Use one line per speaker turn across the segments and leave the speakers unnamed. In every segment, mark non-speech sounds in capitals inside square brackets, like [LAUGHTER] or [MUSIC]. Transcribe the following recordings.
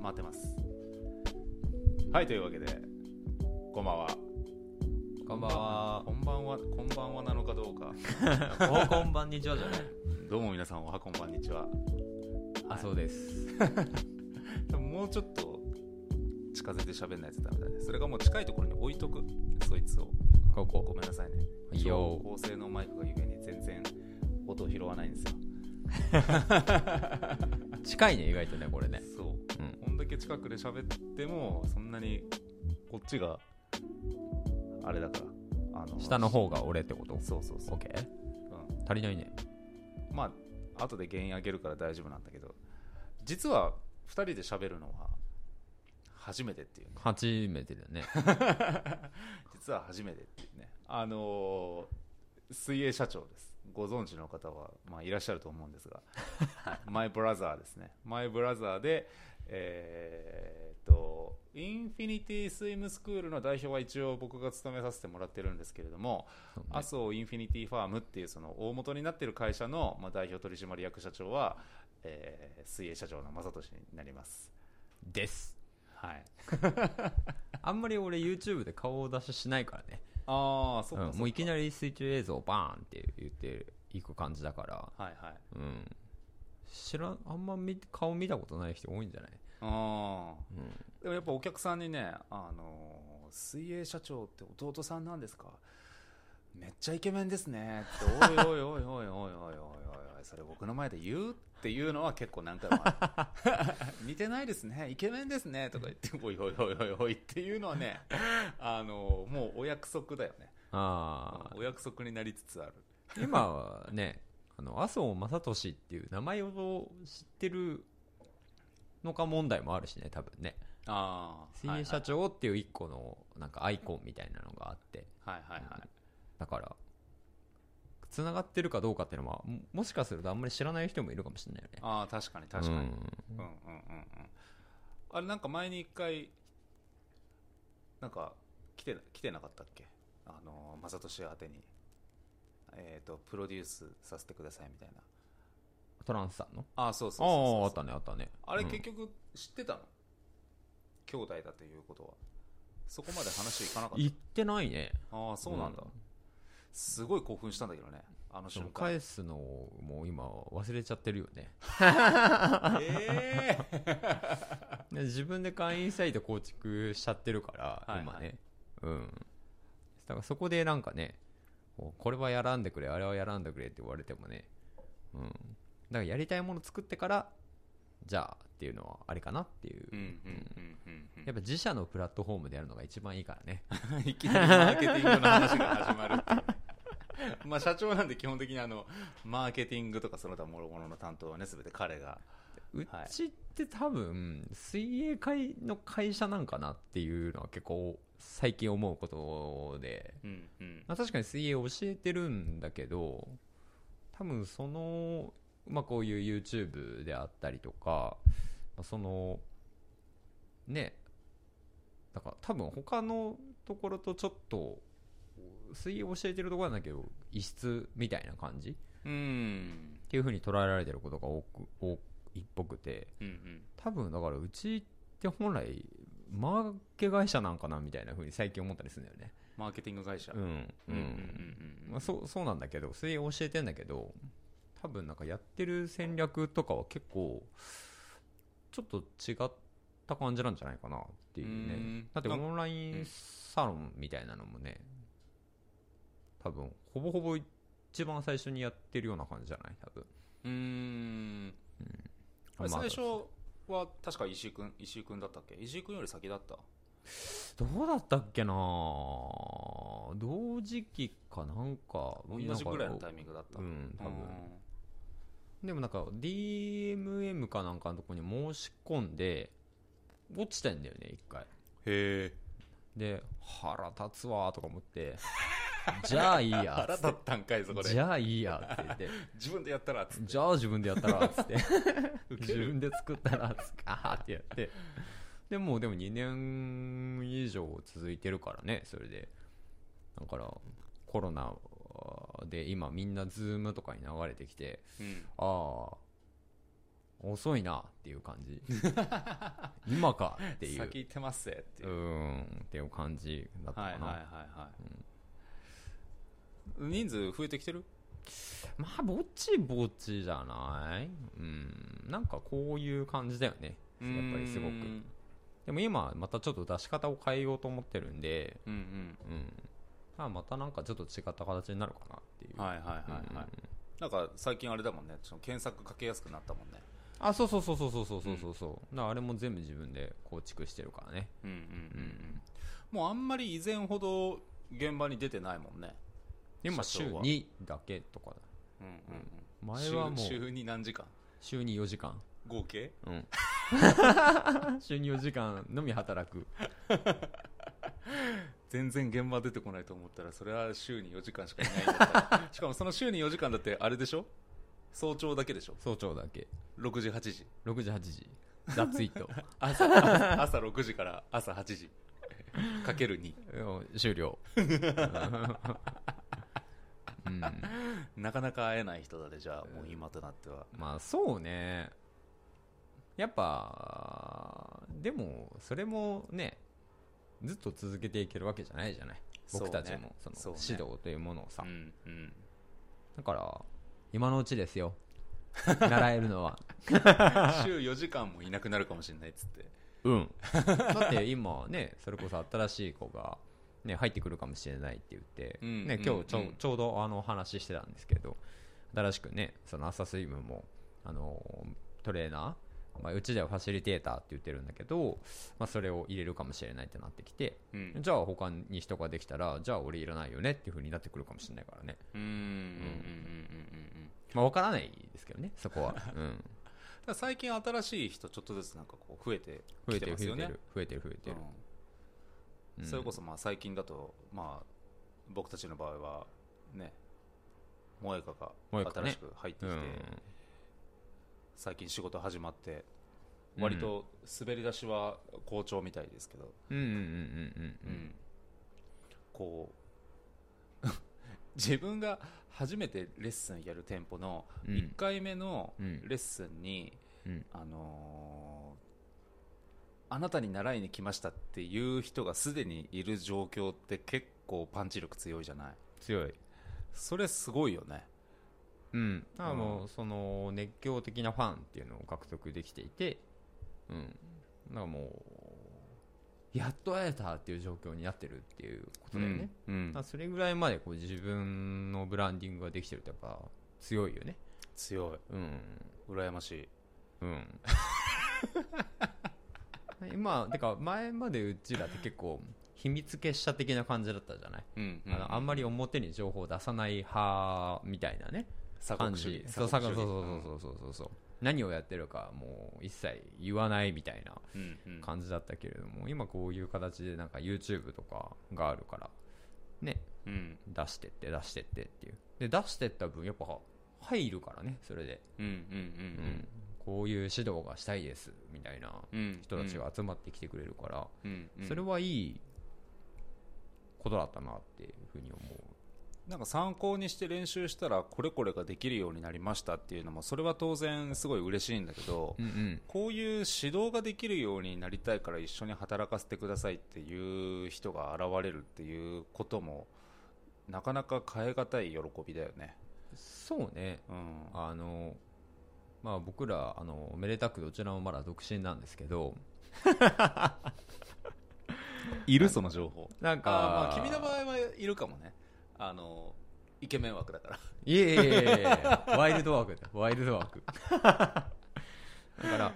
待ってますはいというわけでこんばんは
こんばんは
こ。んばんはこんばんはなのかどうか
おこんばんにちはじゃない。
どうも皆さんおはこんばんにちは
あ、そうです。
多分もうちょっと近づいて喋んないとダメだねそれがもう近いところに置いとくそいつを
こ
ご
こ。
めんなさいね
いいよ
超高性能マイクがゆえに全然音を拾わないんですよ
近いね、意外とね、これね。
そう
うん。
こんだけ近くで喋ってもそんなにこっちがあれだからあの
下の方が俺ってこと。
そうそうそ
オ
う
ッ、ケー。
う
足りないね。
ん、まあ後で原因あげるから大丈夫なんだけど実は2人で喋るのは初めてっていうね
初めてだね。
実は初めてっていうねあのー水泳社長ですご存知の方は、まあ、いらっしゃると思うん [LAUGHS] ですがマイブラザーですねマイブラザーでえーっとインフィニティスイムスクールの代表は一応僕が務めさせてもらってるんですけれども、
そうね
麻生インフィニティファームっていうその大元になってる会社の、まあ、代表取締役社長は、えー水泳社長の正俊になります
です。
はい
あんまり俺 YouTube で顔を出ししないからね。
ああそっかそっ
うん。
か
もういきなり水中映像をバーンって言っていく感じだから。
はいはい
うん。知らん、あんま見顔見たことない人多いんじゃない
ああ
うん。
でもやっぱお客さんにね、あのー水泳社長って弟さんなんですかめっちゃイケメンですねって、おいおいおいおいおいおいおいおいおい、それ僕の前で言うっていうのは結構何回もある [LAUGHS] 似てないですね、イケメンですねとか言って、おいおいおいおいおいっていうのはね、あのーもうお約束だよね。
ああ。
お約束になりつつある。
今はねあの麻生正俊っていう名前を知ってるのか問題もあるしね多分ね
ああ、
水泳社長っていう一個のなんかアイコンみたいなのがあって
はいはいはい。
だからつながってるかどうかっていうのはももしかするとあんまり知らない人もいるかもしれないよね
ああ、確かに確かに。
うん
うんうんうんうんあれなんか前に一回なんか来て来てなかったっけあの正俊宛てにえっ、とプロデュースさせてくださいみたいな
トランスさんの
あそうそうそう
あああ
そう
ったねあったね
あれ
うん
結局知ってたの、兄弟だということはそこまで話いかなかっ
言ってないね
たああそうなんだ、
うん
すごい興奮したんだけどねあの
で
瞬
も
間
返すのをもう今忘れちゃってるよね
ええ
で自分で会員サイト構築しちゃってるから、
はいはい
今ねうんだからそこでなんかねこうこれはやらんでくれあれはやらんでくれって言われてもねうんだからやりたいもの作ってからじゃあっていうのはあれかなっていう、
[LAUGHS] うんうんうんうんうん
やっぱ自社のプラットフォームでやるのが一番いいから
[LAUGHS]
ね
いきなりマーケティングの話が始まるっていうまあ社長なんで基本的にあのマーケティングとかその他諸々の担当はね全て彼が
うちって多分水泳会の会社なんかなっていうのは結構最近思うことで
うんうん
まあ、確かに水泳教えてるんだけど多分その、まあ、こういう YouTube であったりとか、まあそのねだから多分他のところとちょっと水泳教えてるところなんだけど異質みたいな感じっ
うん
ていう風に捉えられてることが多く多いっぽくて
うんうん
多分だからうちって本来マーケ会社なんかなみたいな風に最近思ったりするんだよね。
マーケティング会社
うん、
うんうんうん
まあ、そうそうなんだけど水泳教えてんだけど多分なんかやってる戦略とかは結構ちょっと違った感じなんじゃないかなっていうね
うーん
だってオ
なん
ンライ
うん
ンサロンみたいなのもね多分ほぼほぼ一番最初にやってるような感じじゃない多分
うんうんあれ
まあ
最初は確か石井君石井君だったっけ石井君より先だった
どうだったっけな同時期かなんか
同じぐらいのタイミングだった
うん多分でもなんか DMM かなんかのとこに申し込んで落ちてんだよね一回
へえ
で腹立つわーとか思って [LAUGHS] じゃあいいや
[LAUGHS] 腹立ったんかいそこ
じ
で
ゃあいいやって言って
自分でやったらっつって
じゃあ自分でやったらっつって
[LAUGHS] 受け
自
る
分で作ったらっつってあーってやってでもうでも2年以上続いてるからねそれでだからコロナで今みんなズームとかに流れてきて
うん
ああ遅いなっていう感じ今かってい
[LAUGHS]
う
先行ってますぜっていう
うーんっていう感じだったか
はいはい
な、
はいはい、人数増えてきてる
まあぼちぼちじゃないうんなんかこういう感じだよねやっぱりすご
う
く
ん
でも今またちょっと出し方を変えようと思ってるんで
うん
うんまあまたなんかちょっと違った形になるかなっていう、
うんはいはいはいはい、なんか最近あれだもんねちょっと検索かけやすくなったもんね
あそうそうそうそうそうそうそうそうそうだからあれも全部自分で構築してるからね
うんうんうんうんもうあんまり以前ほど現場に出てないもんね
今
社長
週
は
2だけとかだ
うんうん
前はもう
週週に何時間
週に4時間
合計
うん週に4時間のみ働く
全然現場出てこないと思ったらそれは週に4時間しかいないんだ [LAUGHS] からしかもその週に4時間だってあれでしょ早朝だけでしょ
早朝だけ
6時8時
6時8時ザツイ
[LAUGHS]
ート
朝朝朝6時から朝8時かける2
うん終了うん
なかなか会えない人だでじゃあもう今となっては
まあそうねやっぱでもそれもねずっと続けていけるわけじゃないじゃない僕たちもその
そうね
指導というものをさ、
うんうん
だから今のうちですよ習えるのは
[LAUGHS] 週4時間もいなくなるかもしれないっつって
うん [LAUGHS] だって今ねそれこそ新しい子が、ね、入ってくるかもしれないって言って、
うん
ね、今日ちょ,、
うんうん
ちょうどあのお話ししてたんですけど新しくねその朝睡眠もあのトレーナー、まあ、うちではファシリテーターって言ってるんだけど、まあ、それを入れるかもしれないってなってきて
うん
じゃあ他に人ができたらじゃあ俺いらないよねっていう風になってくるかもしれないからね、
うんうんうんうんうんうん
まあ、分からないですけどねそこは、
[LAUGHS]
うん、
ただ最近新しい人ちょっとずつなんかこう増えて
増
き
えて
て
る
ます
増え
よ
て
ね
る増えてる増えてる、
う
うん
んそれこそまあ最近だとまあ僕たちの場合はね萌歌が
萌歌ね
新しく入ってきて最近仕事始まって割と滑り出しは好調みたいですけど
うんうんうんうんうんうん
こう [LAUGHS] 自分が初めてレッスンやる店舗の
うん
1回目の
うん
レッスンに、
うん
あのーあなたに習いに来ましたっていう人がすでにいる状況って結構パンチ力強いじゃない
強い
それすごいよね
うんだから
う
もうその熱狂的なファンっていうのを獲得できていてうんだからもうやっと会えたっていう状況になってるっていうことだよね、
うんうん
だからそれぐらいまでこう自分のブランディングができてるとやっぱ強いよね
強い
うん
羨ましい
うん [LAUGHS] 今てか前までうちらって結構秘密結社的な感じだったじゃない、
うん
あのあんまり表に情報を出さない派みたいなね
鎖
感
国
じ
主義
そう
鎖
そう
国主
そう
義
そうそうそうそうそう何をやってるかもう一切言わないみたいな
うんうん
感じだったけれども、今こういう形でなんか YouTube とかがあるからね
うん
出してって出してってっていうで出してった分やっぱ入るからねそれで、
うんうん
うんこういう指導がしたいですみたいな
うんうん
人たちが集まってきてくれるから、
うんうん
それはいいことだったなっていうふうに思う
なんか参考にして練習したらこれこれができるようになりましたっていうのもそれは当然すごい嬉しいんだけど、
うんうん
こういう指導ができるようになりたいから一緒に働かせてくださいっていう人が現れるっていうこともなかなか変え難い喜びだよね。
そうね
うん、
あの、まあ、僕らあのめでたくどちらもまだ独身なんですけど
いるその情報
な
あ
んか
ーまあ君の場合はいるかもねあのイケメン枠だから
いえいえいえいえワイルドワークだワイルドワークだから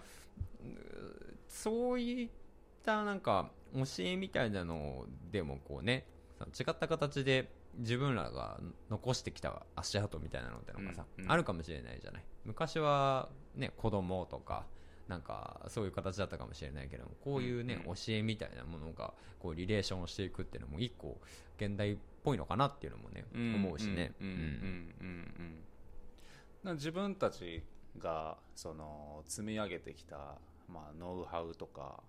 うーそういったなんか教えみたいなのでもこうね違った形で自分らが残してきた足跡みたいなのってのがさ、
うんうん
あるかもしれないじゃない昔はね子供とかなんかそういう形だったかもしれないけどもこういうね、
うんうん
教えみたいなものがこうリレーションをしていくっていうのも一個現代っぽいのかなっていうのもね、思うしね、
うんうんうんうんうんな自分たちがその積み上げてきた、まあ、ノウハウとか、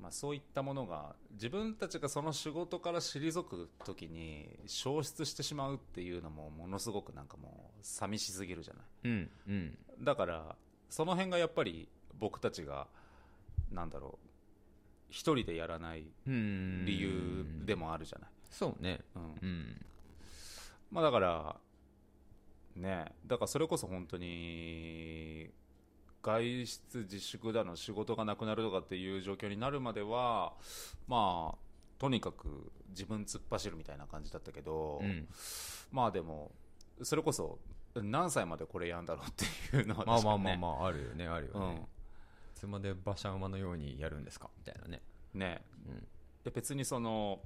まあ、そういったものが自分たちがその仕事から退く時に消失してしまうっていうのもものすごくなんかもう寂しすぎるじゃない
うんうん
だからその辺がやっぱり僕たちがなんだろう一人でやらない
うん
理由でもあるじゃない、
そうね
うん
うん
まあだからねえだからそれこそ本当に外出自粛だの仕事がなくなるとかっていう状況になるまではまあとにかく自分突っ走るみたいな感じだったけど、
うん
まあでもそれこそ何歳までこれやんだろうっていうのは
まあ
確
ま
か
あ
に
まあ
ね
まああるよねあるよね、いつまで馬車馬のようにやるんですかみたいなね
うんねえ
うん
で別にその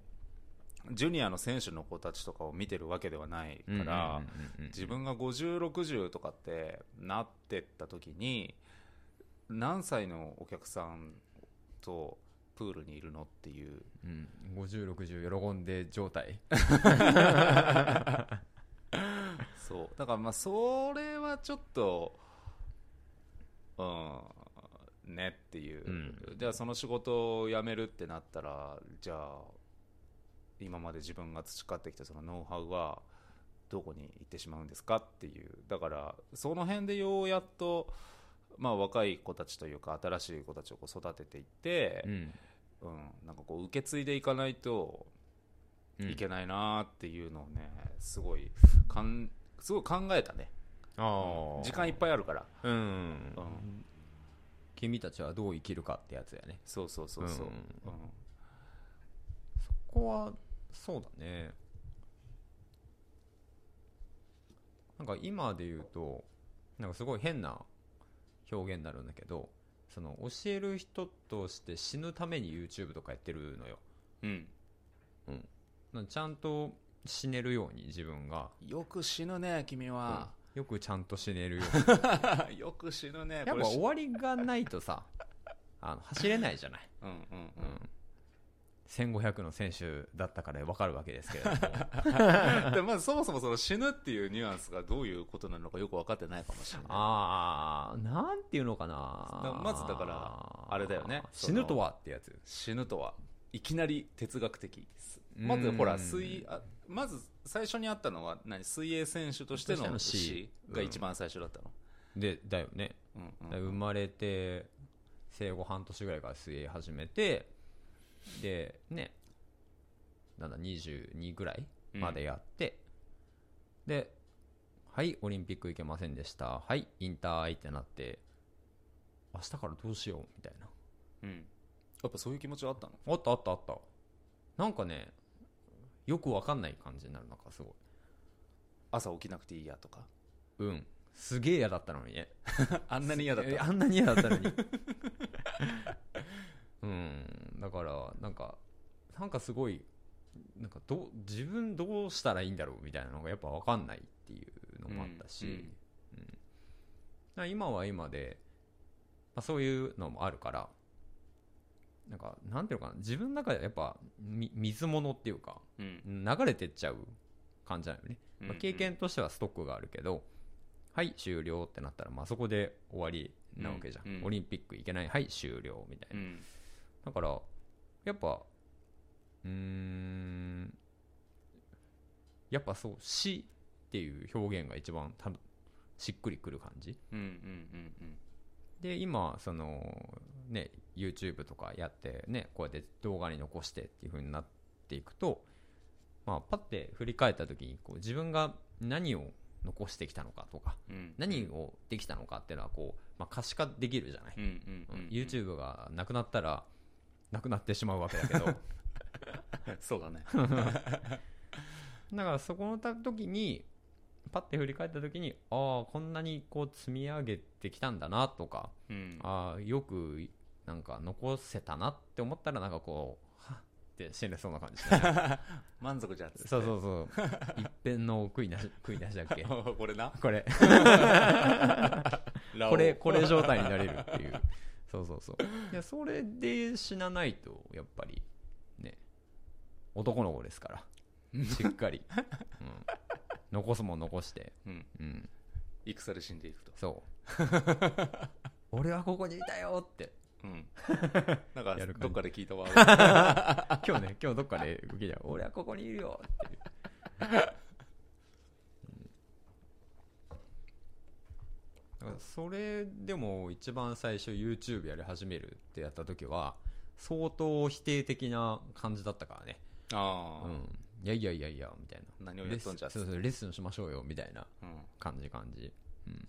ジュニアの選手の子たちとかを見てるわけではないから、
うんうんうんうん
自分が5060とかってなってった時に何歳のお客さんとプールにいるのっていう
うん、5060喜んで状態
そうだからまあそれはちょっとうんねっていう、
うん
じゃあその仕事を辞めるってなったらじゃあ今まで自分が培ってきたそのノウハウはどこに行ってしまうんですかっていうだからその辺でようやっと、まあ、若い子たちというか新しい子たちをこう育てていって
う、ん
うんなんかこう受け継いでいかないと
うん
いけないなーっていうのをねすごいかんすごい考えたね
ああ
時間いっぱいあるから
うん、
ん
君たちはどう生きるかってやつやね
そうそうそうそう、
うん
うん
そこはそうだねなんか今で言うとなんかすごい変な表現になるんだけどその教える人として死ぬために YouTube とかやってるのよ
うん
なんかちゃんと死ねるように自分が、
よく死ぬね君は、
よくちゃんと死ねるよう
[LAUGHS]
に
よく死ぬね
[LAUGHS] やっ
こ
ぱ
れ
終わりがないとさあの走れないじゃない、
うんうんうん、
1500の選手だったから分かるわけですけれども
でまあそもそもその死ぬっていうニュアンスがどういうことなのかよく分かってないかもしれない
ああなんていうのかな
まずだからあれだよね
死ぬとはってやつ
死ぬとはいきなり哲学的まずほ
う
ら
ん
水あまず最初にあったのは何水泳選手としての
としての
死
死
が一番最初だったの、
でだよね、
うんうん
生まれて生後半年ぐらいから水泳始めてでねなんだ22ぐらいまでやって、ではいオリンピック行けませんでしたはいインターハイってなって明日からどうしようみたいな
うん、やっぱそういう気持ちはあったの
あったあったあったなんかねよくわかんない感じになるのかすごい
朝起きなくていいやとか
うんすげえ嫌だったのにね
[LAUGHS] あんなに嫌だっ
え
た
あんなに嫌だったのにうんだからなんかなんかすごいなんかどう自分どうしたらいいんだろうみたいなのがやっぱ分かんないっていうのもあったし、
う
うんん
うん
だから今は今で、まあ、そういうのもあるからなんかなんていうのかな自分の中でやっぱみ水物っていうか
うん
流れてっちゃう感じなのよねまあ、経験としてはストックがあるけど、はい終了ってなったら、まあ、そこで終わりなわけじゃん、
うんうん
オリンピック行けないはい終了みたいな、
うん
だからやっぱうーんやっぱそう死っていう表現が一番たしっくりくる感じ
うんうんうんうん
で今そのね YouTube とかやってねこうやって動画に残してっていう風になっていくとまあパッて振り返った時にこう自分が何を残してきたのかとか
うん
何をできたのかっていうのはこう、まあ、可視化できるじゃない、
うんうんうんうん
YouTube がなくなったらなくなってしまうわけだ
[LAUGHS]
けど
[LAUGHS] そうだ
[LAUGHS]
ね
だからそこのた時にパッて振り返った時にああこんなにこう積み上げてきたんだなとか
うん
ああよくなんか残せたなって思ったらなんかこうはっって死んでそうな感じだね
[LAUGHS] 満足じゃんつって
そうそうそう [LAUGHS] 一遍の食いなし食いなしだっ
[LAUGHS]
け
これな
[LAUGHS] これ
ラオウ
これこれ状態になれるっていう [LAUGHS] そうそうそういやそれで死なないとやっぱりね男の子ですからしっか [LAUGHS] り、うん、残すもん残して
うん
うん
戦で死んでいくと
[LAUGHS] そう俺はここにいたよって
うん
[LAUGHS]
なんか
やる感じ
どっかで聞い
[LAUGHS]
たわ
今日ね今日どっかで受けじゃう俺はここにいるよっていうだからそれでも一番最初 YouTube やり始めるってやった時は相当否定的な感じだったからね、う
ああ、
ん、いやいやいやいやみたいな
何をやっとんじゃ
レッスンそうそうレッスンしましょうよみたいな
うん
感じ感じ、うん、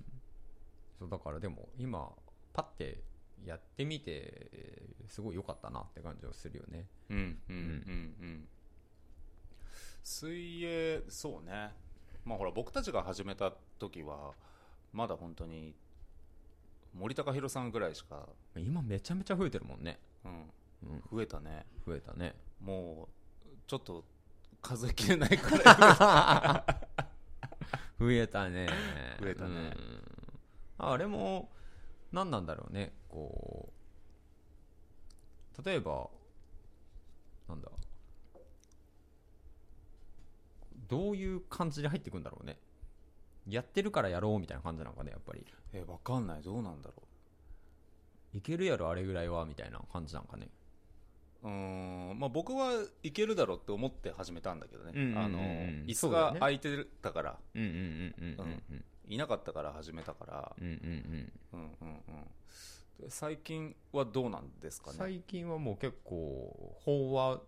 そうだからでも今パッてやってみてえーすごい良かったなって感じはするよね
うんうんうんうん水泳そうねまあほら僕たちが始めた時はまだ本当に森高弘さんぐらいしか、
今めちゃめちゃ増えてるもんね、
うん、
うん、
増えたね
増えたね
もうちょっと数えきれないくらい
[LAUGHS] 増えたね
増えたね
うんあれも何なんだろうねこう例えばなんだどういう感じで入ってくんだろうねやってるからやろうみたいな感じなんかねやっぱり
え分かんないどうなんだろ
いけるやろあれぐらいはみたいな感じなんかね
ううーんまあ僕はいけるだろうって思って始めたんだけどね、
うんうんうんうん
あの椅
そ
子
うだよ
が
ね
空いてたから、
うんうんうんうんうん
いなかったから始めたから
うんうんうん
うんうんうんで最近はどうなんですかね
最近はもう結構飽和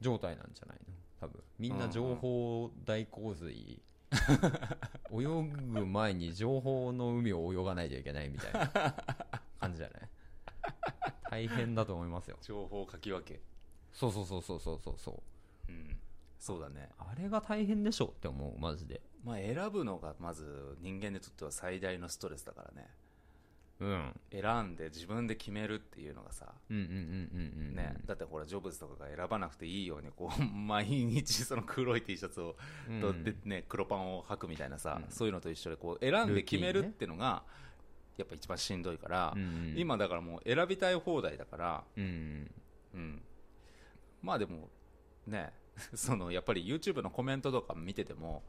状態なんじゃないの多分みんな情報大洪 [LAUGHS] 水、泳ぐ前に情報の海を泳がないといけないみたいな感じじゃない大変だと思いますよ
情報かき分け
そうそうそうそうそうそうそう
うんそうだね
あれが大変でしょって思うマジで
まあ選ぶのがまず人間にとっては最大のストレスだからね
うんうん
選んで自分で決めるっていうのがさ
うんうんうんうん
ね、だってほらジョブズとかが選ばなくていいようにこう [LAUGHS] 毎日その黒い T シャツを、
うん
とでね、黒パンを履くみたいなさ、
うん
そういうのと一緒でこう選んで決め
ルーテ
る
ィン
っ
ね
てのがやっぱ一番しんどいから、
うんうん
今だからもう選びたい放題だから、
うん
うん、まあでもね [LAUGHS] そのやっぱり YouTube のコメントとか見てても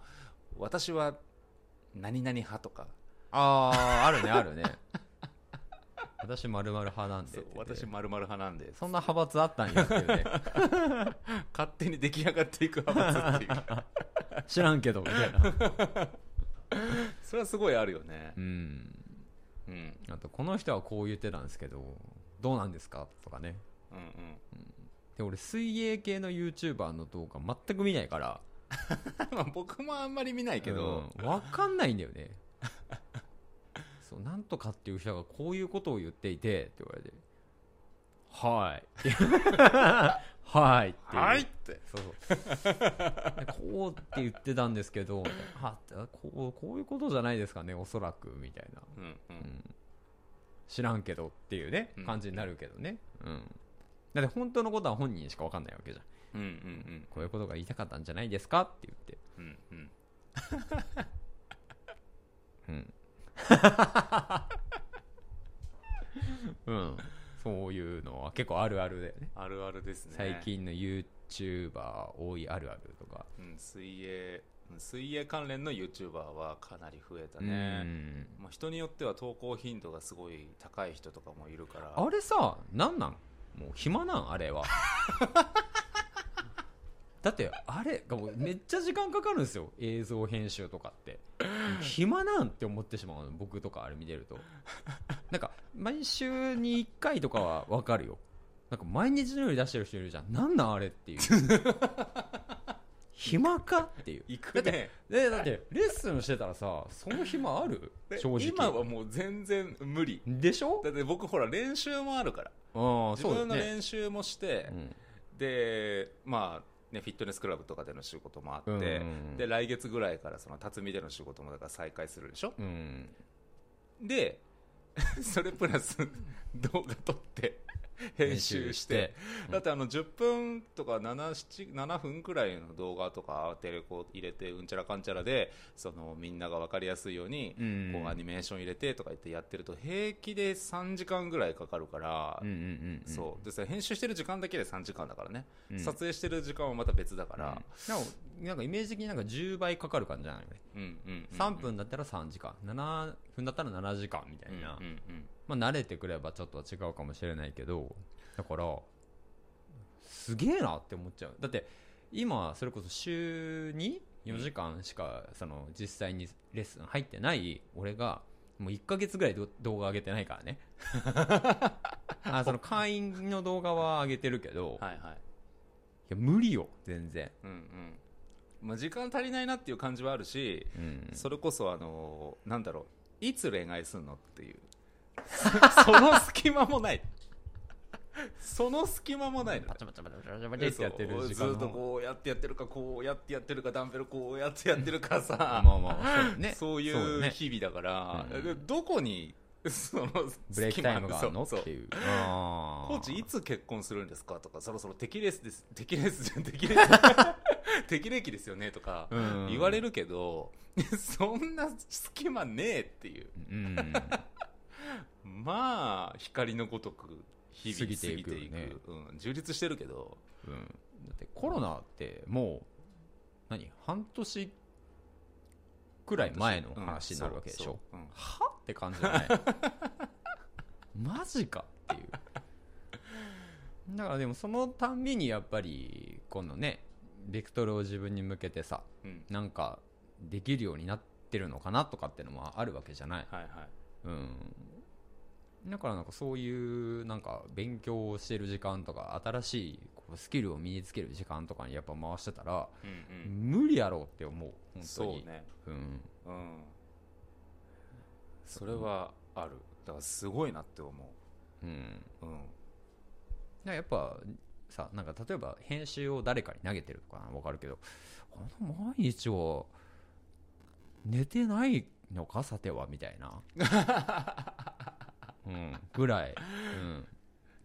私は何々派とか
あああるねある [LAUGHS] ね私まる派なんで
そう
って言って
私まる派なんで
そんな派閥あったんやっていうね
勝手に出来上がっていく派閥 [LAUGHS] っていうか
知らんけどみたいな
それはすごいあるよね
う、ん
うん、うん
あとこの人はこう言ってたんですけどどうなんですかとかね
うん
で俺水泳系の YouTuber の動画全く見ないから
[LAUGHS] まあ僕もあんまり見ないけど、
うん分かんないんだよね [LAUGHS] そうなんとかっていう人がこういうことを言っていてって言われて「はい」 [LAUGHS] はい」っていう
はいって
そうそうでこうって言ってたんですけどみたいなあこうこういうことじゃないですかねおそらくみたいな、
うんうん
うん、知らんけどっていうね
うん
感じになるけどね、うん、だって本当のことは本人しか分かんないわけじゃ
う
ん
んうん
こういうことが言いたかったんじゃないですかって言って、
うんうんうん
うん、 [LAUGHS] うん、そういうのは結構あるあるだよね
あるあるですね
最、近の YouTuber 多いあるあるとか
うん、水泳うん水泳関連の YouTuber はかなり増えた
う
ね、
ん
まあ、人によっては投稿頻度がすごい高い人とかもいるから
あれさ、なんなんもう暇なんあ
[LAUGHS]
れは。だって、あれ、もうめっちゃ時間かかるんですよ。映像編集とかって。暇なんって思ってしまうの、僕とかあれ見てると。なんか、毎週に1回とかはわかるよ。なんか、毎日のように出してる人いるじゃん。なんなんあれっ
[LAUGHS]
ていう。暇かっていう。
行くね
で、だって、レッスンしてたらさ、その暇ある
で
正直。
今はもう全然無理
でしょ
だって僕ほら練習もあるから
ああ、
自
そうだよ
分の
ね。
練習もして、
うん
でまあねフィットネスクラブとかでの仕事もあって、
うんうんうん
で来月ぐらいからその辰巳での仕事もだから再開するでしょ
うん、
で [LAUGHS] それプラス動画撮
[LAUGHS]
って編集して、だってあの10分とか 7, 7分くらいの動画とかテレコ入れてうんちゃらかんちゃらでそのみんなが分かりやすいように
うん
こうアニメーション入れてとか言ってやってると平気で3時間ぐらいかかるから、
うんうんうんうん、
そうでそれ編集してる時間だけで3時間だからね、
うん
撮影してる時間はまた別だか
うんな
ら、
おなんかイメージ的になんか10倍かかる感じじゃないのね
うんうんうん
3分だったら3時間7分だったら7時間みたいな、
うんうんうん
まあ、慣れてくればちょっとは違うかもしれないけどだからすげえなって思っちゃうだって今それこそ週に4時間しかその実際にレッスン入ってない俺がもう1ヶ月ぐらいど動画上げてないからねあその会員の動画は上げてるけど、い、
はいはい
や無理よ全然
うんうんまあ時間足りないなっていう感じはあるし、
うん
それこそあのーなんだろういつ恋愛すんのって
[LAUGHS]
いうその隙間もないその隙間もないの
パチャパチャパチャパチャパチャってやってる時
ず
間の
っとこうやってやってるかこうやってやってるかダンベルこうやってやってるかさ、
まあまあそうね
そうい
そう
う
ね
日々だから
うん
でどこにその
ブレイクタイムがあるのっ
そう
て
そう
いうあー
コーチいつ結婚するんですかとかそろそろ適齢です適齢ですじゃん適齢適齢期ですよねとか
うん
言われるけど、 [LAUGHS] そんな隙間ねえっていう
うん
まあ光のごとく日々
過
過
ぎ
ぎ
て
て
い
い
く
く
よね
うん、充実してるけど
うん、だってコロナってもう何半年くらい前の話になるわけでしょ、
うんそうそううん
はって感じじゃない [LAUGHS] マジかっていうだからでもそのたんびにやっぱりこのねベクトルを自分に向けてさ
うん
なんかできるようになってるのかなとかってのもあるわけじゃない
はいはい
うんだからなんかそういうなんか勉強をしてる時間とか新しいこうスキルを身につける時間とかにやっぱ回してたら、
うん
無理やろうって思う
う
本
ん
当
そう
に
ね
うん
うんそれはあるだからすごいなって思
うん
ううん
だからやっぱさなんか例えば編集を誰かに投げてるとかわかるけどこの毎日は寝てないのかさてはみたい [LAUGHS] な、うん、ぐらい、うん、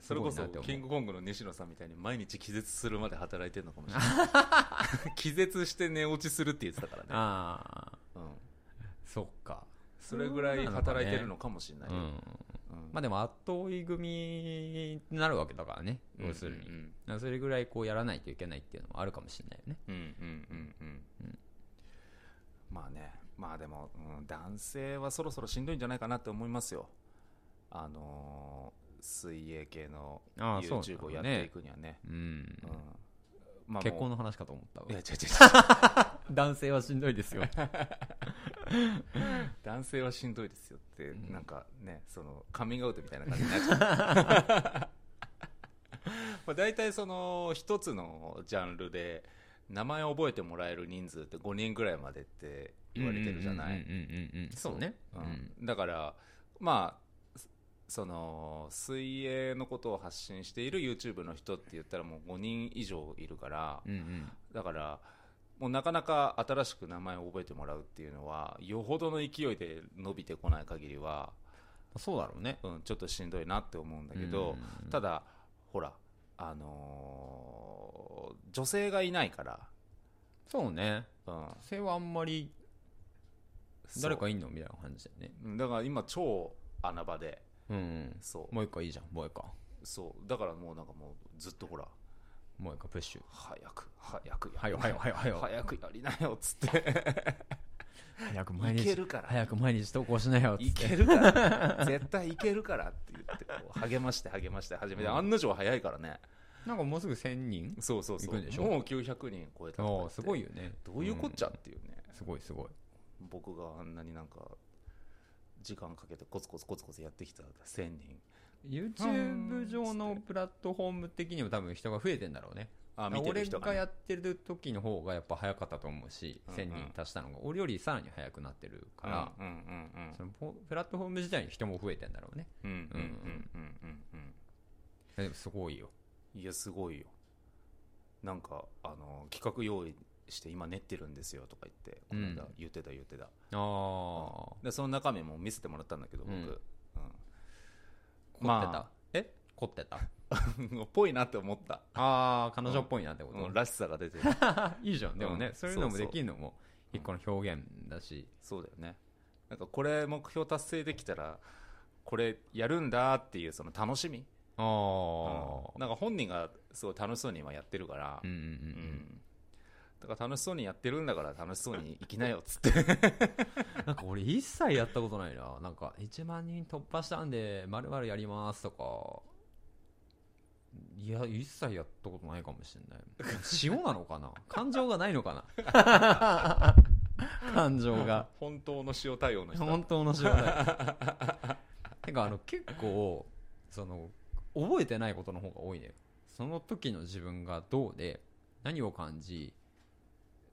それこそ
すごいなって思う
キングコングの西野さんみたいに毎日気絶するまで働いてるのかもしれない
[LAUGHS]
気絶して寝落ちするって言ってたからね、
ああ
うん、
そっか
それぐらい働いてるのかもしれないよ、
うん
うん
まあでも後追い組になるわけだからね
うん
要するに、
うんうん
それぐらいこうやらないといけないっていうのもあるかもしれないよね
うんうんうんうんまあねまあでも、うん、男性はそろそろしんどいんじゃないかなって思いますよあのー水泳系の
ああそうなんだね
YouTube をやっていくにはね
うん
うんまあもう
結婚の話かと思ったわ
いや違う違う違
男性はしんどいですよ
う男性はしんどいですよって、
ん
なんかねそのカミングアウトみたいな感じになっちゃう
[LAUGHS]
まあ大体その一つのジャンルで名前を覚えてもらえる人数って5人ぐらいまでって言われてるじゃない、
うんうんうんうんうんそうねうん
だからまあそその水泳のことを発信している YouTube の人って言ったらもう5人以上いるから、
うんうん
だからもうなかなか新しく名前を覚えてもらうっていうのはよほどの勢いで伸びてこない限りは、
そうだろうね
うん、ちょっとしんどいなって思うんだけど、ただほらあのー女性がいないから、
そうね
うん、
女性はあんまり
そう
誰かいんのみたいな感じだよね
うんだから今超穴場で
うんうん
そう
もう一回いいじゃんもう一回
そうだからもうなんかもうずっとほら
もう一回プッシュ
早く早く
はよはよはよは
早く
よ
早くやりなよっつって
早く毎
いけ
日
るから
早く毎日投稿しなよっつ
い
って
けるから絶対いけるからって言ってこう励まして励まして始めて
うん
案の定早いからね
なんかもうすぐ1000人
そうそうそう
行くんでしょ
もう900人超えたとか言
あ
っ
あ
て
すごいよね
どういうこっちゃ
ん
っていうね
すごいすごい
僕があんなになんか時間かけてコツコツコツコツやってきた1000人
YouTube 上のプラットフォーム的にも多分人が増えてんだろうね
あ見てる人
俺が
がね
やってる時の方がやっぱ早かったと思うし、
うんうん
1000人足したのが俺よりさらに早くなってるから、
うんうんうんうん
そのポプラットフォーム自体に人も増えてんだろうね
うんうんうんうんうんうん
でもすごいよ
いやすごいよなんかあの企画用意して今練ってるんですよとか言ってこの間
うん
言ってた言ってた、
ああ、
でその中身も見せてもらったんだけど僕、
うん凝ってた、
ま
え凝って [LAUGHS] た
うん、っ [LAUGHS] ぽいなって思った、
ああ彼女っぽいなってこと、
うんらしさが出てる
[LAUGHS] いいじゃんでもね、
うん
そういうのも
そうそ
で
う
きるのも一個の表現だし、
そうだよねなんかこれ目標達成できたらこれやるんだっていうその楽しみ、
ああ
うんなんか本人がすごい楽しそうに今やってるから、
うんうんうんう
うんんだから楽しそうにやってるんだから楽しそうに生きなよっつって
[LAUGHS] なんか俺一切やったことないななんか1万人突破したんでまるまるやりますとかいや一切や [LAUGHS] [LAUGHS] ったことないかもしれない塩なのかな感情がないのかな感情が
本当の塩対応の人
本当の状態
[LAUGHS]
てかあの結構その覚えてないことの方が多いねその時の自分がどうで何を感じ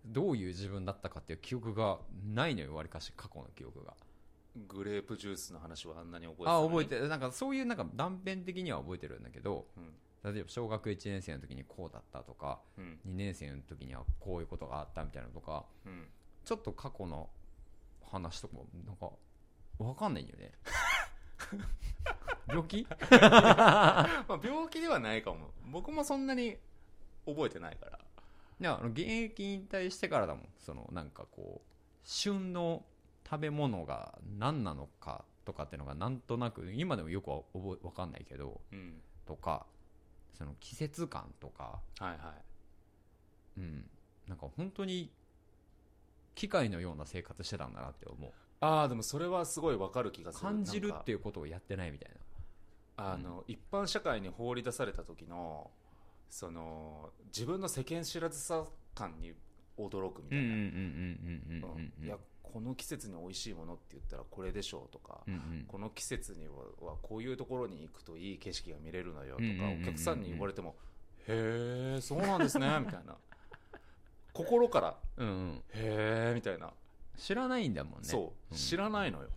どういう自分だったかっていう記憶がないのよわりかし過去の記憶が
グレープジュースの話はあんなに覚えてた
あ
のに
覚えてるなんかそういうなんか断片的には覚えてるんだけど
うん
例えば小学1年生の時にこうだったとか
うん
2年生の時にはこういうことがあったみたいなのとか
うん
ちょっと過去の話とかもなんか分かんないんだよね [LAUGHS] 病気
まあ、病気ではないかも僕もそんなに覚えてないから
いやあの現役引退してからだもんそのなんかこう旬の食べ物が何なのかとかっていうのがなんとなく今でもよくは覚え分かんないけど
うん
とかその季節感とか
はいはい
うんなんか本当に機械のような生活してたんだなって思う
ああでもそれはすごいわかる気がする
感じる
なん
っ
か
ていうことをやってないみたいな
あの、一般社会に放り出された時のその自分の世間知らずさ感に驚くみたいな、
うん
うんいやこの季節に美味しいものって言ったらこれでしょうとか、
うんうん
この季節にははこういうところに行くといい景色が見れるのよと
うんうんうん
か、
うんうん
お客さんに言われても「へえそうなんです
[LAUGHS]
ね」みたいな心から
うんうん
「へえ」みたいな、
知らないんだもんね
そう
うん
知らないのよ、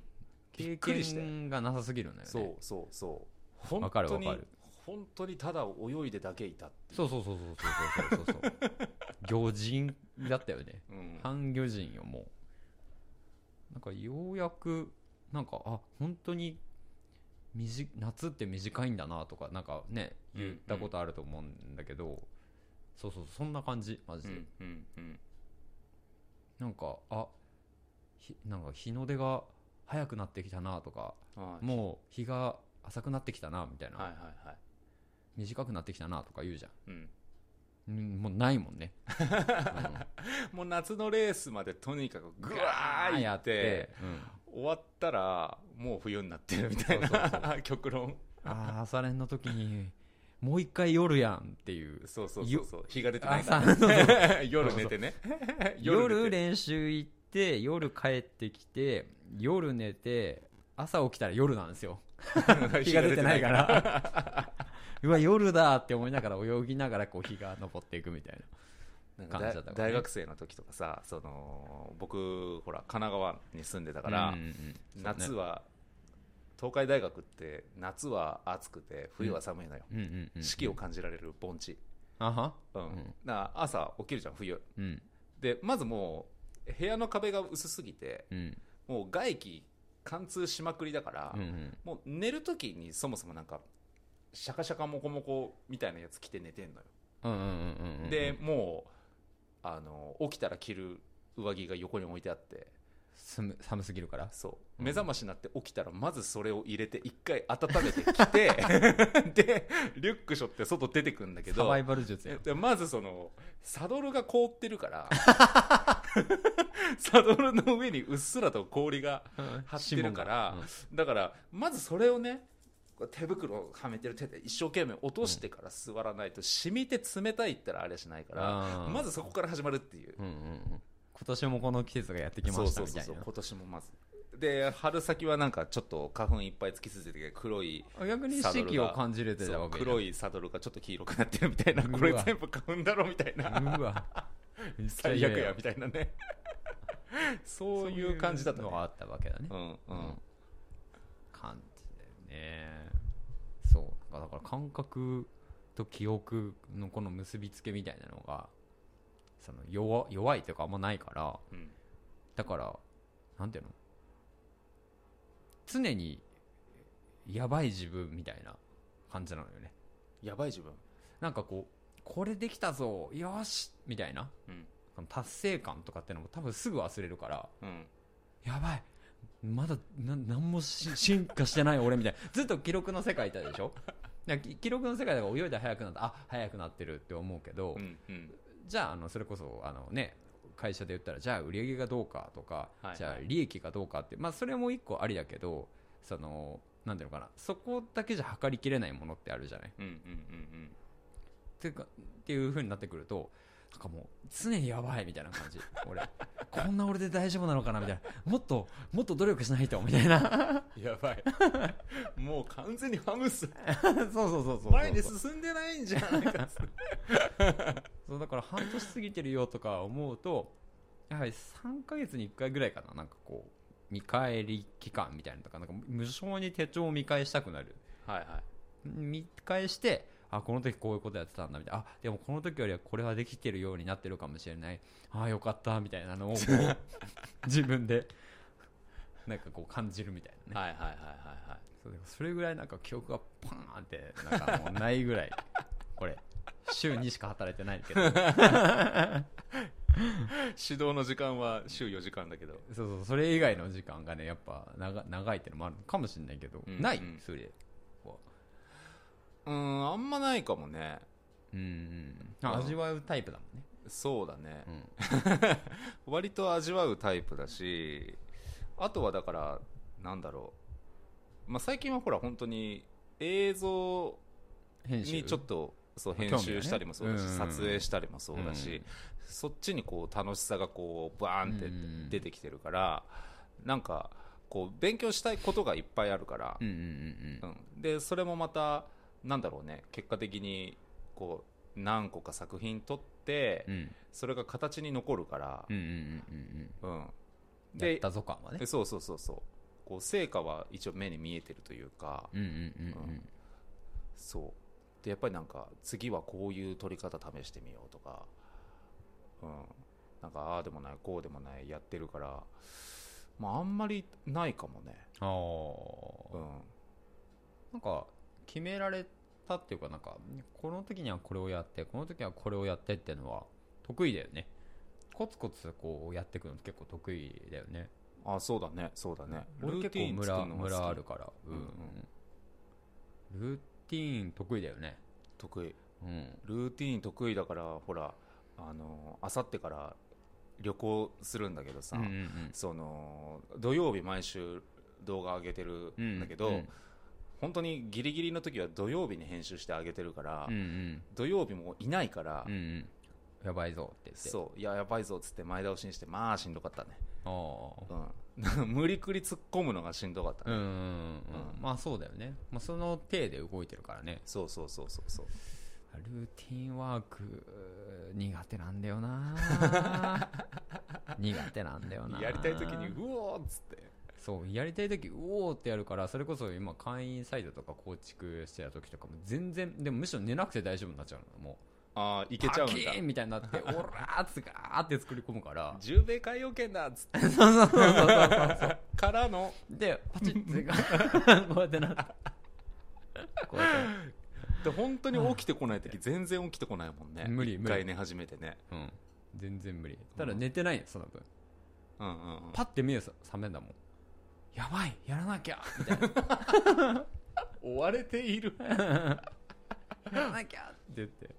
び
経
っくりして
験がなさすぎるんだよね
そうそうそう本
わかる
当に
わかる
本当にただ泳いでだけいたっていう
そうそうそうそうそうそうそうそう
[LAUGHS]
魚人だったよね
うん
半魚人よもうなんかようやくなんかあ本当に短い夏って短いんだなとかなんかね
うん
言ったことあると思うんだけど、そうそうそんな感じマジ
う
で、
んうんうん
なんかあひなんか日の出が早くなってきたなとか
はい
もう日が浅くなってきたなみたいな、
はいはいはい
短くなってきたなとか言うじゃん
うん、
うんもうないもんね、 [LAUGHS] うん
もう夏のレースまでとにかくぐわーい
や
っ
ってて、うん、
終わったらもう冬になってるみたいな
そうそう
[LAUGHS] 極論
ああ朝練の時にもう一回夜やんっていう
そうそうそうそう日が出てない
朝
か
の
ら [LAUGHS] 夜寝てね
夜
寝て
練習行って夜帰ってきて夜寝て朝起きたら夜なん [LAUGHS] ですよ
[LAUGHS]
日が出てないから [LAUGHS] うわ夜だって思いながら泳ぎながらこう日が昇っていくみたい
なん
感
か
じだ
だ
ったから
大
ね
学生の時とかさその僕ほら神奈川に住んでた
な
から、
うんうんうん
夏は、東海大学って夏は暑くて冬は寒いのよ、
うんうんうん
四季を感じられる盆地、
あは
うん
うん
な朝起きるじゃん冬
うん
でまずもう部屋の壁が薄すぎて
うん
もう外気貫通しまくりだから、
うんうん
もう寝る時にそもそもなんかシャカシャカモコモコみたいなやつ着て寝てんのよ、
うんうんうんうん
でもうあの起きたら着る上着が横に置いてあって
寒寒すぎるから
そう
うん
目覚ましになって起きたらまずそれを入れて一回温めてき
[LAUGHS]
てでリュック背負って外出てくんだけ
サ
ど
バイバル術や
でまずそのサドルが凍ってるから [LAUGHS] サドルの上にうっすらと氷が張ってるからだからまずそれをねこう手袋をはめてる手で一生懸命落としてから座らないと染みて冷たいったらあれしないから
ま
まずそこから始まるっていう
うんうんうん、今年もこの季節がやってきました
そう
みたい
そうそうそう今年もまずで春先はなんかちょっと花粉いっぱいつきついてて黒い
な逆に四季を感じれてた
そ
わ
う
け
黒
い
いサドルがちょっと黄色くなってるみたいな
うわ
これ全部花粉だろみたいうな
わめっちゃ
最
嫌
悪やみたいなね [LAUGHS] そういう感じだった
そう
ね
いうのがあったわけだね、
うんうん
感じだよねそうだから感覚と記憶のこの結びつけみたいなのがその弱弱いというかあんまないから
うん
だからなんていうの常にやばい自分みたいな感じなのよね
やばい自分
なんかこう、これできたぞよしみたいな、
うん
その達成感とかってのも多分すぐ忘れるから、
うん
やばいまだな何もし進化してない俺みたいな。ずっと記録の世界いたでしょ [LAUGHS] なんかき記録の世界だから泳いで速くなった、あ、速くなってるって思うけど、
うんうん
じゃあ、あの、それこそ、あのね、会社で言ったら、じゃあ売り上げがどうかとか、
はいはい
じゃあ利益がどうかって、まあそれも一個ありだけど、その、なんていうのかな、そこだけじゃ測りきれないものってあるじゃない
うんうんうん
っていうかっていう風になってくるとなんかもう常にやばいみたい
[LAUGHS]
な感じ俺こんな俺で大丈夫なのかなみたいなもっともっと努力しないとみた
[LAUGHS]
いな
やばいもう完全にハムス
そうそうそうそうそう
前に進んでないんじゃないか
そうだから半年過ぎてるよとか思うとやはり3ヶ月に1回ぐらいかななんかこう見返り期間みたいなのとかなんか無償に手帳を見返したくなる
はいはい
見返してあこの時こういうことやってたんだみたいなあでもこの時よりはこれはできてるようになってるかもしれないあよかったみたいなのをこう自分でなんかこう感じるみたいなね
はいはいはいはいはい
そうそれぐらいなんか記憶がパーンってなんかもうないぐらいこれ週にしか働いてないけどそう
指導の時間は週4時間だけど
そうそれ以外の時間がねやっぱ長長いってのもあるのかもしれないけど、
うん
ない
うん
それは
うんあんまないかもね
うんうんあ味わうタイプだもんね
そうだね、
うん
割と味わうタイプだしあとはだからなんだろう、まあ、最近はほら本当に映像
編集
にちょっとそう編
興味がね
集したりもそうだし、
うん
撮影したりもそうだし、
うん
そっちにこう楽しさがこうバーン
うんう
っ
ん
て出てきてるから、なんかこう勉強したいことがいっぱいあるから
う、んうんうんうん
うんでそれもまたなんだろうね結果的にこう何個か作品撮って、
うん
それが形に残るから
う、んうんうん
うん
うんやっ
で
たぞ感はね
えそうそうそうそうこう成果は一応目に見えてるというか、
うんうんうんうん
そうでやっぱりなんか次はこういう撮り方試してみようとか、うん、なんかああでもないこうでもないやってるからまああんまりないかもね、
あ
う
あ
ん、
なんか決められたっていうかなんかこの時にはこれをやってこの時はこれをやってっていうのは得意だよねコツコツこうやっていくの結構得意だよね
あそうだねそうだね
俺結構ムラ
作るのが
ム
好き
ラあるからうんルーティーン得意だよね
得意
うん
ルーティン得意だからほらあのあさってから旅行するんだけどさ、
うんうん
その土曜日毎週動画上げてる
うん
んだけど、
うん
本当にギリギリの時は土曜日に編集してあげてるから、
うんうん
土曜日もいないから、
うんうんやばいぞって言って
そういややばいぞっつって前倒しにしてまあしんどかったね、
ああ
うん、 [LAUGHS] 無理くり突っ込むのがしんどかった、
うん
ね
うんうんうんまあそうだよね、まあ、その体で動いてるからね
そうそうそうそうそう
ルーティンワークうー苦手なんだよ [LAUGHS] な苦手なんだよな
やりたい時にうおーっつって
そうやりたい時うおーってやるからそれこそ今会員サイトとか構築してた時とかも全然でもむしろ寝なくて大丈夫になっちゃうのも
ああいうけちゃう
パキーン
んだ
みたいに [LAUGHS] なってオラーっつがーって作り込むから
十米海洋圏だっつって
そうそうそうそうそう
からの
でパチッて [LAUGHS] こうやってなってこうやって
で本当に起きてこない時全然起きてこないもんね
無理無理
一回寝始めてね
うん全然無理ただ寝てないよその分
うんうん
[LAUGHS]
うん
パッて目覚めんだもんやばいやらなきゃみたいな
追われている
やらなきゃって言って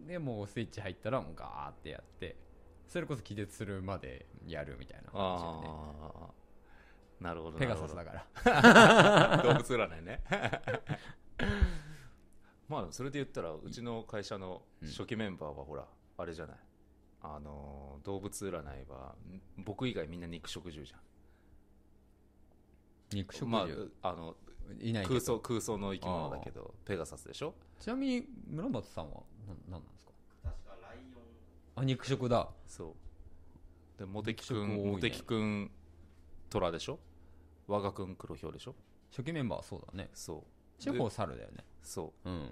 でもうスイッチ入ったらもうガーってやってそれこそ気絶するまでやるみたいな感じだよね
ああなるほど
ペ
なるほ
ガサス
ど
だから [LAUGHS]
動物占いねまあそれで言ったらうちの会社の初期メンバーはほら、あれじゃないあのー動物占いはん僕以外みんな肉食獣じゃん
肉食
ま
獣
あ、あの
いないけ
空
ど
想空想の生き物だけどペガサスでしょ
ちなみに村松さんはな何なんですか確かライオンあ肉食だ
そうでモテキ
肉食
君
多いね
モテキ君虎でしょ我が君黒豹でしょ
初期メンバーはそうだね
そう
地方猿だよね
そう
うんうんうん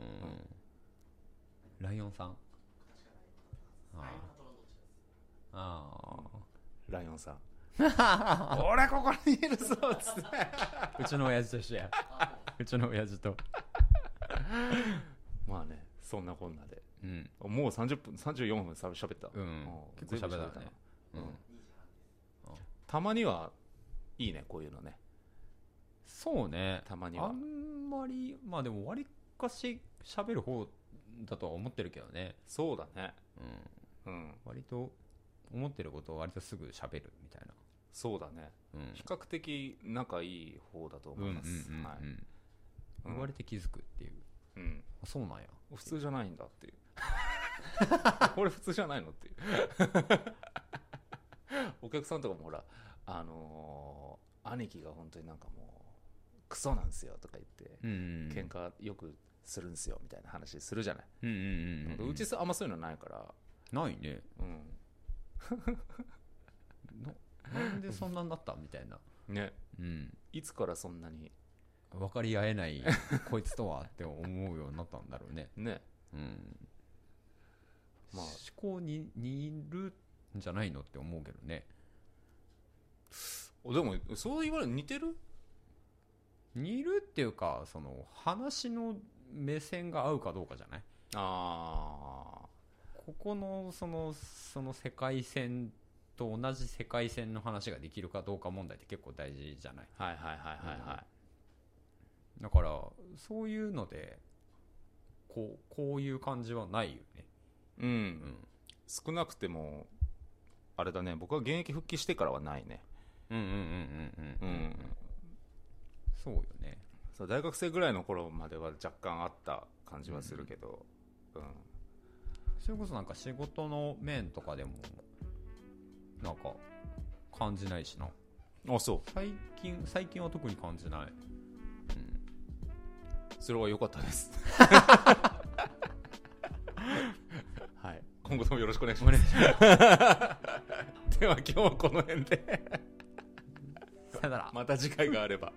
ライオンさんああああ
ライオン
[LAUGHS]
さん俺ここにいるぞっつって
うちの親父と [LAUGHS] 一緒や。うちの親父と。
まあねそんなこんなで
うん。
もう30分34分しゃべった、
うん
もう
結構喋ったね
全部な
うん
うんたまにはいいねこういうのね
そうね。
たまに
あ
は
んまり、まあでも、わりかし喋る方だとは思ってるけどね。
そうだね
うん。
うん
割と、思ってることを割とすぐ喋るみたいな。
そうだね
うん
比。較的仲いい方だと思います
うんうんうん
はい
うん
うん
言われて気づくっていう。
うん
あそうなんや。 [LAUGHS]
普通じゃないんだっていうこれ普通じゃないのっていう [LAUGHS] お客さんとかもほらあのー兄貴が本当になんかもうクソなんですよとか言って、
うん
喧嘩よくするんですよみたいな話するじゃない、
うんうん
なん
う
か
ん
うちさあんまそういうのないから
ないね
うん
ななんでそんなになったみたいな
ね
うん
いつからそんなに
分かり合えないこいつとはって思うようになったんだろうね
ね
うん
まあ
思考に似るんじゃないのって思うけどね
でもそう言われる似てる
似るっていうかその話の目線が合うかどうかじゃない
ああ
ここのそのその世界線と同じ世界線の話ができるかどうか問題って結構大事じゃない
はいはいはいはいはい、
だからそういうのでこうこういう感じはないよね
うん
うん
少なくてもあれだね僕は現役復帰してからはないね
うんうんうんうんうんうんそうよね
そう大学生ぐらいの頃までは若干あった感じはするけど、うん
それこそなんか仕事の面とかでもなんか感じないしな
あそう
最近最近は特に感じない、
それは良かったです [LAUGHS] はい今後ともよろしくお願いします [LAUGHS] では今日はこの辺で
さよなら
また次回があれば